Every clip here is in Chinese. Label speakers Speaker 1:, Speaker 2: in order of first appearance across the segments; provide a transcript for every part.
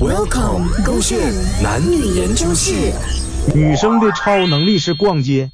Speaker 1: Welcome，勾线男女研究室。
Speaker 2: 女生的超能力是逛街。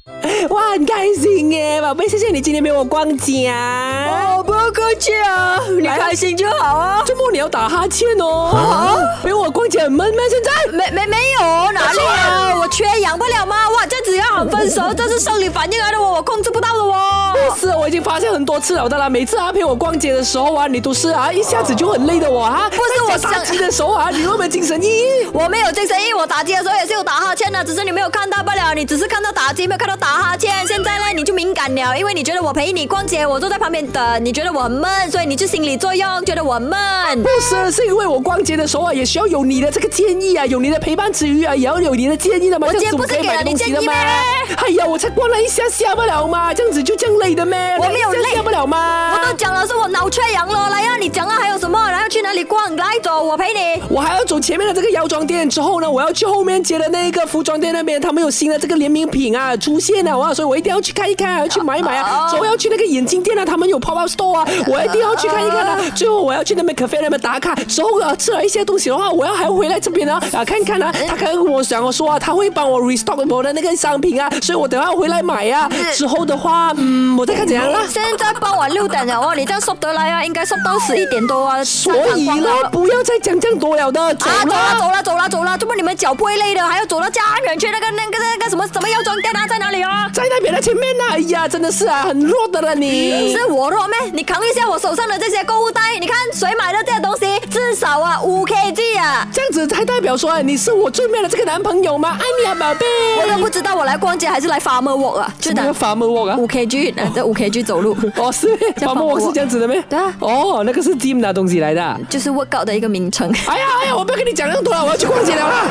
Speaker 3: 哇，很开心耶，宝贝，谢谢你今天陪我逛街啊。
Speaker 4: 哦，不要客气啊，你开心就好啊。
Speaker 3: 周末你要打哈欠哦。啊，陪我逛街很闷吗？现在？
Speaker 4: 没没没有，哎哪里啊？我缺氧不了吗？哇，这只要分手，这是生理反应来的哦，我控制不到的哦。
Speaker 3: 是，我已经发现很多次了的啦。每次啊陪我逛街的时候啊，你都是啊一下子就很累的我啊。不
Speaker 4: 是我想
Speaker 3: 打击的时候啊，你又没有精神奕奕。
Speaker 4: 我没有精神，因为我打击的时候也是有打哈欠的，只是你没有看到罢了。你只是看到打击，没有看到打哈欠。现在呢，你就敏感了，因为你觉得我陪你逛街，我坐在旁边等，你觉得我很闷，所以你就心理作用，觉得我很闷。
Speaker 3: 不是，是因为我逛街的时候啊，也需要有你的这个建议啊，有你的陪伴之余啊，也要有你的建议的嘛。
Speaker 4: 我今天
Speaker 3: 这样子
Speaker 4: 不是
Speaker 3: 可以
Speaker 4: 给了
Speaker 3: 买
Speaker 4: 你
Speaker 3: 东西
Speaker 4: 建议
Speaker 3: 的吗
Speaker 4: 咩
Speaker 3: 哎呀，我才逛了一下下不了嘛，这样子就这样累的咩？
Speaker 4: 我没有
Speaker 3: 这样
Speaker 4: 累
Speaker 3: 下不了吗？
Speaker 4: 我都讲了是我脑缺氧了，来呀、你讲啊，还有什么？然后去哪里逛？来走，我陪你。
Speaker 3: 我还要走前面的这个药妆店，之后呢，我要去后面接的那一个服装店那边，他们有新的这个联名品啊出现了啊，所以我一定要去看一看啊，要去买一买
Speaker 4: 哦
Speaker 3: 啊。之后要去那个眼镜店啊，他们有 pop up store 啊，我一定要去看一看啊。
Speaker 4: 哦
Speaker 3: 最后我要去那边 cafe 那边打卡，之后啊吃了一些东西的话，我要还回来这边啊啊看一看啊。
Speaker 4: 哎
Speaker 3: 他刚刚跟我讲说啊，他会帮我 restock 我的那个商品啊，所以我等下回来买啊。之后的话，嗯，我再看怎样啦。
Speaker 4: 现在傍晚六点了哦，你这样 stop 得来啊，应该 stop 到十一点多啊。
Speaker 3: 所以
Speaker 4: 上班
Speaker 3: 呢
Speaker 4: 光了，
Speaker 3: 不要再讲这样多了的，走
Speaker 4: 啊，走
Speaker 3: 啦
Speaker 4: 了。走了走了走了，怎么你们脚不会累的，还要走到家远去那个那个那个什么什么药妆店啊，在哪里啊？
Speaker 3: 在那边的前面呢、哎呀，真的是啊，很弱的了你。
Speaker 4: 是我弱咩？你扛一下我手上的这些购物袋，你看谁买的这些东西，至少啊五 kg 啊。
Speaker 3: 这样子才代表说啊你是我最妙的这个男朋友吗？爱你啊，宝贝。
Speaker 4: 我都不知道我来逛街还是来 farmer walk 啊，就
Speaker 3: 那
Speaker 4: 的
Speaker 3: 个伐木我啊。
Speaker 4: 五 kg，呃这五 kg 走路，
Speaker 3: 哦，是
Speaker 4: 叫
Speaker 3: 伐木我是这样子的咩？
Speaker 4: 对啊
Speaker 3: 哦，那个是 gym 拿东西来的啊。
Speaker 4: 就是 workout 的一个名称。
Speaker 3: 哎呀哎呀，我不要跟你讲那么多了，我要去逛街了啦。